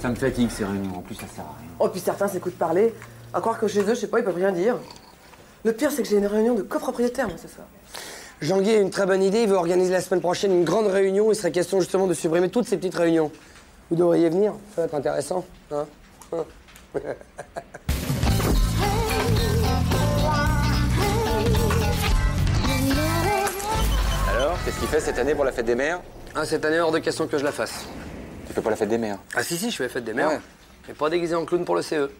Ça me fatigue ces réunions, en plus ça sert à rien. Oh, puis certains s'écoutent parler, à croire que chez eux, je sais pas, ils peuvent rien dire. Le pire, c'est que j'ai une réunion de copropriétaires, moi, ce soir. Jean-Guy a une très bonne idée, il veut organiser la semaine prochaine une grande réunion. Il serait question justement de supprimer toutes ces petites réunions. Vous devriez venir, ça va être intéressant. Hein Hein Alors, qu'est-ce qu'il fait cette année pour la fête des mères Ah, cette année, hors de question que je la fasse. Tu fais pas la fête des mères. Ah si, si, je fais fête des mères. Ouais. Mais pas déguisé en clown pour le E. CE.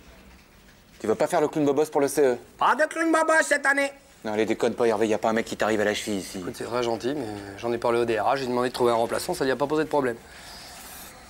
Tu vas pas faire le clown bobos pour le CE Pas de clown baba cette année Non, allez, déconne pas, Hervé, y a pas un mec qui t'arrive à la cheville ici. Écoute, c'est très gentil, mais j'en ai parlé au DRH, j'ai demandé de trouver un remplaçant, ça lui a pas posé de problème.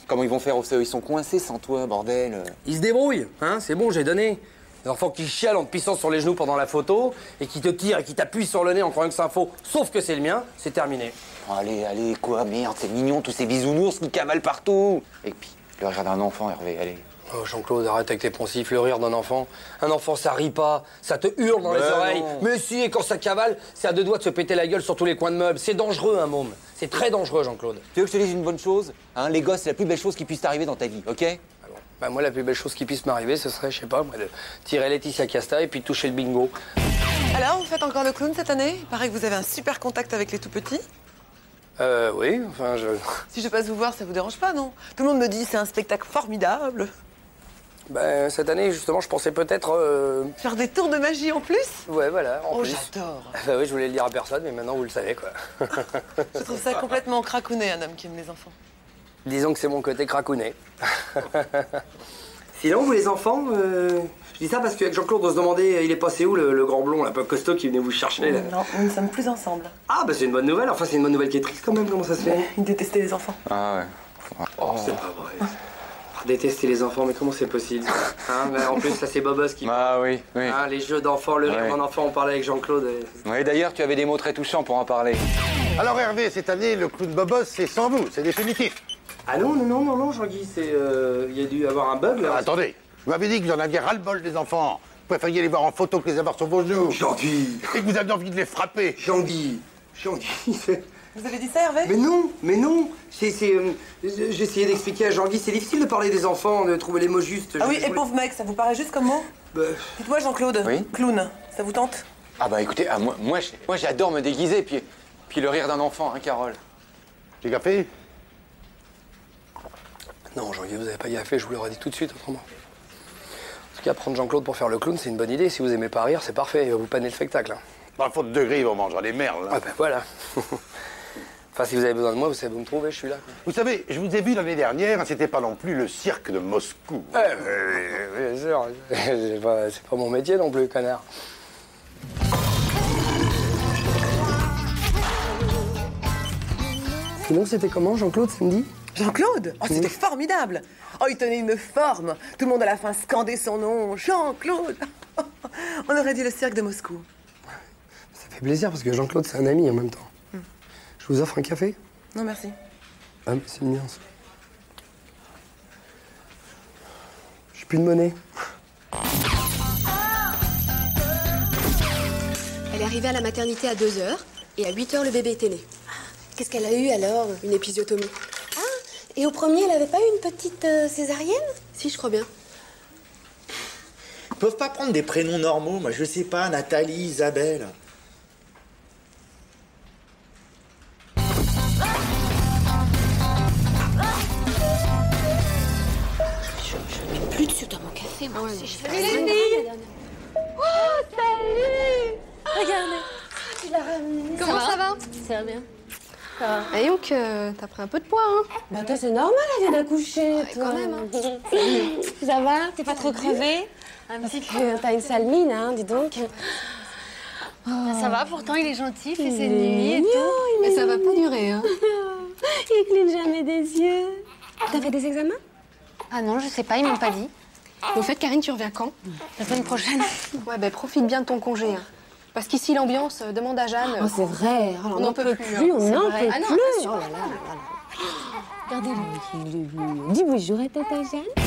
Comment ils vont faire au CE Ils sont coincés sans toi, bordel. Euh, Il se débrouille, hein, c'est bon, j'ai donné. Les enfants qui chialent en te pissant sur les genoux pendant la photo, et qui te tirent et qui t'appuient sur le nez en croyant que c'est un faux, sauf que c'est le mien, c'est terminé. Oh, allez, allez, quoi, merde, c'est mignon, tous ces bisounours qui cavalent partout. Et puis, le regard d'un enfant, Hervé, allez. Oh, Jean-Claude, arrête avec tes poncifs, le rire d'un enfant. Un enfant, ça rit pas, ça te hurle dans les Mais oreilles. non. Mais si, et quand ça cavale, c'est à deux doigts de se péter la gueule sur tous les coins de meubles. C'est dangereux, un môme. C'est très dangereux, Jean-Claude. Tu veux que je te dise une bonne chose hein, Les gosses, c'est la plus belle chose qui puisse t'arriver dans ta vie, ok Ah bon. Bah, moi, la plus belle chose qui puisse m'arriver, ce serait, je sais pas, moi, de tirer Laetitia Casta et puis de toucher le bingo. Alors, vous faites encore le clown cette année Il paraît que vous avez un super contact avec les tout-petits. Euh, oui, enfin, je. Si je passe vous voir, ça vous dérange pas, non Tout le monde me dit, c'est un spectacle formidable. Bah, cette année, justement, je pensais peut-être. euh, Faire des tours de magie en plus Ouais, voilà, en Oh, plus. j'adore Bah oui, je voulais le dire à personne, mais maintenant vous le savez, quoi. Je trouve ça complètement cracounet, un homme qui aime les enfants. Disons que c'est mon côté cracounet. Sinon, vous les enfants, euh, je dis ça parce qu'avec Jean-Claude, on se demandait, euh, il est passé où le, le grand blond, là, un peu costaud qui venait vous chercher là Non, nous ne sommes plus ensemble. Ah, bah c'est une bonne nouvelle, enfin c'est une bonne nouvelle qui est triste quand même, comment ça se fait Il détestait les enfants. Ah ouais. Oh, c'est pas vrai. Ah, Détester les enfants, mais comment c'est possible hein, là, En plus, ça c'est Bobos qui. Ah oui, oui. Hein, les jeux d'enfants, le rire Ouais. d'un enfant, on parlait avec Jean-Claude. euh, Ouais, d'ailleurs, tu avais des mots très touchants pour en parler. Alors Hervé, cette année, le clown Bobos, c'est sans vous, c'est définitif. Ah non, non, non, non, non, Jean-Guy, c'est. euh, Il y a dû avoir un bug là. Attendez, vous m'avez dit que vous en aviez ras-le-bol des enfants. Vous préfériez les voir en photo que les avoir sur vos genoux. Jean-Guy Et que vous aviez envie de les frapper. Jean-Guy Jean-Guy, c'est. Vous avez dit ça, Hervé Mais non, mais non C'est- c'est, euh, J'ai j'ai essayé d'expliquer à Jean-Guy, c'est difficile de parler des enfants, de trouver les mots justes. Ah Je- oui, je et voulais- pauvre mec, ça vous paraît juste comme mot Bah, Dites-moi, Jean-Claude, Oui clown, ça vous tente Ah bah écoutez, ah, moi, moi, j'- moi, j'adore me déguiser, puis, puis le rire d'un enfant, hein, Carole. J'ai café Non, Jean-Guy, vous avez pas gaffé, je vous l'aurais dit tout de suite autrement. En tout cas, prendre Jean-Claude pour faire le clown, c'est une bonne idée. Si vous aimez pas rire, c'est parfait, il va vous paner le spectacle. hein. Dans le fond de degré, ils vont manger les merles. hein. Ah ben voilà Enfin, si vous avez besoin de moi, vous savez où me trouver, je suis là. quoi. Vous savez, je vous ai vu l'année dernière, c'était pas non plus le cirque de Moscou. Ouais, ouais, ouais, bien sûr, c'est pas, c'est pas mon métier non plus, connard. Sinon, c'était comment, Jean-Claude, samedi Jean-Claude Oh, c'était formidable Oh, il tenait une forme Tout le monde à la fin scandait son nom, Jean-Claude On aurait dit le cirque de Moscou. Ça fait plaisir parce que Jean-Claude, c'est un ami en même temps. Je vous offre un café Non, merci. Ah, mais c'est mignon, ça. J'ai plus de monnaie. Elle est arrivée à la maternité à 2h et à 8h le bébé était né. Qu'est-ce qu'elle a eu alors Une épisiotomie. Ah, et au premier, elle avait pas eu une petite euh, césarienne Si, je crois bien. Ils peuvent pas prendre des prénoms normaux, moi je sais pas, Nathalie, Isabelle. Plus de sucre dans mon café, moi aussi, je fais Les Regardez Tu l'as ramenée Comment ça va Ça va bien. Et donc, euh, t'as pris un peu de poids, hein Bah toi, c'est normal, elle vient d'accoucher, toi. quand même, ça va T'es pas trop crevée Un petit peu. T'as une sale mine, hein, dis donc. Ça va, pourtant il est gentil, il fait ses Il est nuits et mignon, tout. Mais ça va pas durer, hein qui cligne jamais des yeux T'as fait des examens Ah non, je sais pas, ils m'ont pas dit. Au fait, Karine, tu reviens quand La semaine prochaine. Ouais, ben profite bien de ton congé. hein. Parce qu'ici, l'ambiance, euh, demande à Jeanne. Oh, c'est vrai. Oh, On n'en en peut plus, hein, on c'est n'en vrai. peut Ah non, plus. insupportable. Oh là là là là. Regardez-le, il est mignon. Dis bonjour à Tata Jeanne.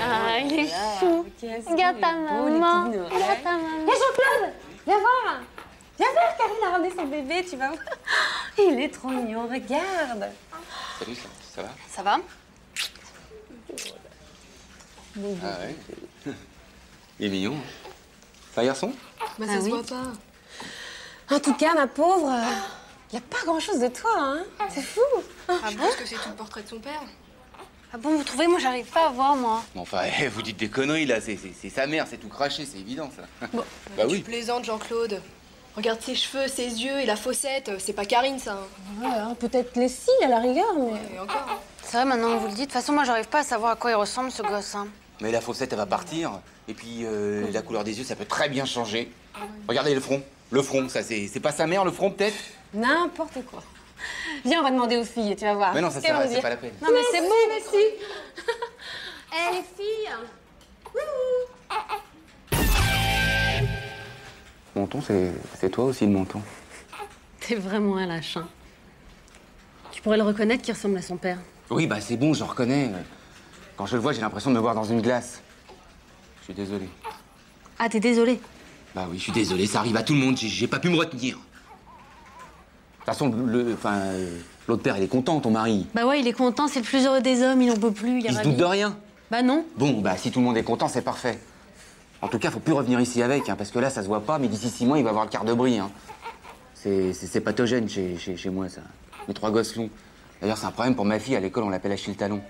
Ah, il est chou. Regarde ta maman. Regarde ta maman. Hé Jean-Claude Viens voir Viens voir, Karine a ramené son bébé, tu vas voir. Oh, Il est trop mignon, regarde Salut, ça, ça va Ça va Ah ouais Il est mignon. hein. C'est un garçon Bah, ça se voit pas. En tout cas, ma pauvre, il n'y a pas grand-chose de toi, hein C'est fou Ah bon Parce que c'est tout le portrait de son père. Ah bon, vous trouvez Moi, j'arrive pas à voir, moi. Mais Enfin, eh, vous dites des conneries là, c'est c'est- c'est sa mère, c'est tout craché, c'est évident ça. bah Tu oui. plaisantes, Jean-Claude. Regarde ses cheveux, ses yeux et la faussette. C'est pas Karine, ça. hein. Ouais, hein, Peut-être les cils, à la rigueur, mais... Et encore. hein. C'est vrai, maintenant que vous le dites. De toute façon, moi, j'arrive pas à savoir à quoi il ressemble, ce gosse. hein. Mais la faussette, elle va partir. Et puis, euh, la couleur des yeux, ça peut très bien changer. Ah Regardez le front. Le front, ça, c'est c'est pas sa mère, le front, peut-être N'importe quoi Viens, on va demander aux filles, tu vas voir. Mais non, ça Qu'elles sert à- vont c'est dire. pas la peine. Non, mais c'est bon Mais si Eh, les filles Menton, c'est toi aussi, le menton. T'es vraiment un lâche. hein. Tu pourrais le reconnaître qui ressemble à son père. Oui, bah c'est bon, je reconnais. Quand je le vois, j'ai l'impression de me voir dans une glace. Je suis désolé. Ah, t'es désolé. Bah oui, je suis désolé, ça arrive à tout le monde, j'ai- j'ai pas pu me retenir. De toute façon, le, enfin, euh, l'autre père, il est content, ton mari. Bah ouais, il est content, c'est le plus heureux des hommes, il en peut plus, il est Il se ravi. doute de rien. Bah non. Bon, bah si tout le monde est content, c'est parfait. En tout cas, faut plus revenir ici avec, hein, parce que là, ça se voit pas, mais d'ici six mois, il va avoir le quart de bris. hein. C'est- C'est c'est pathogène chez, chez- chez moi, ça. Mes trois gosses longs. D'ailleurs, c'est un problème pour ma fille, à l'école, on l'appelle Achille Talon.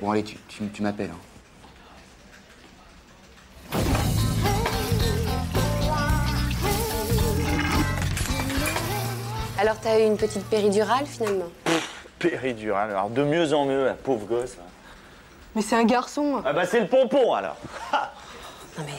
Bon, allez, tu, tu- tu m'appelles. hein. Alors, t'as eu une petite péridurale, finalement Péridurale, alors de mieux en mieux, la pauvre gosse. Mais c'est un garçon. Ah bah c'est le pompon alors Non mais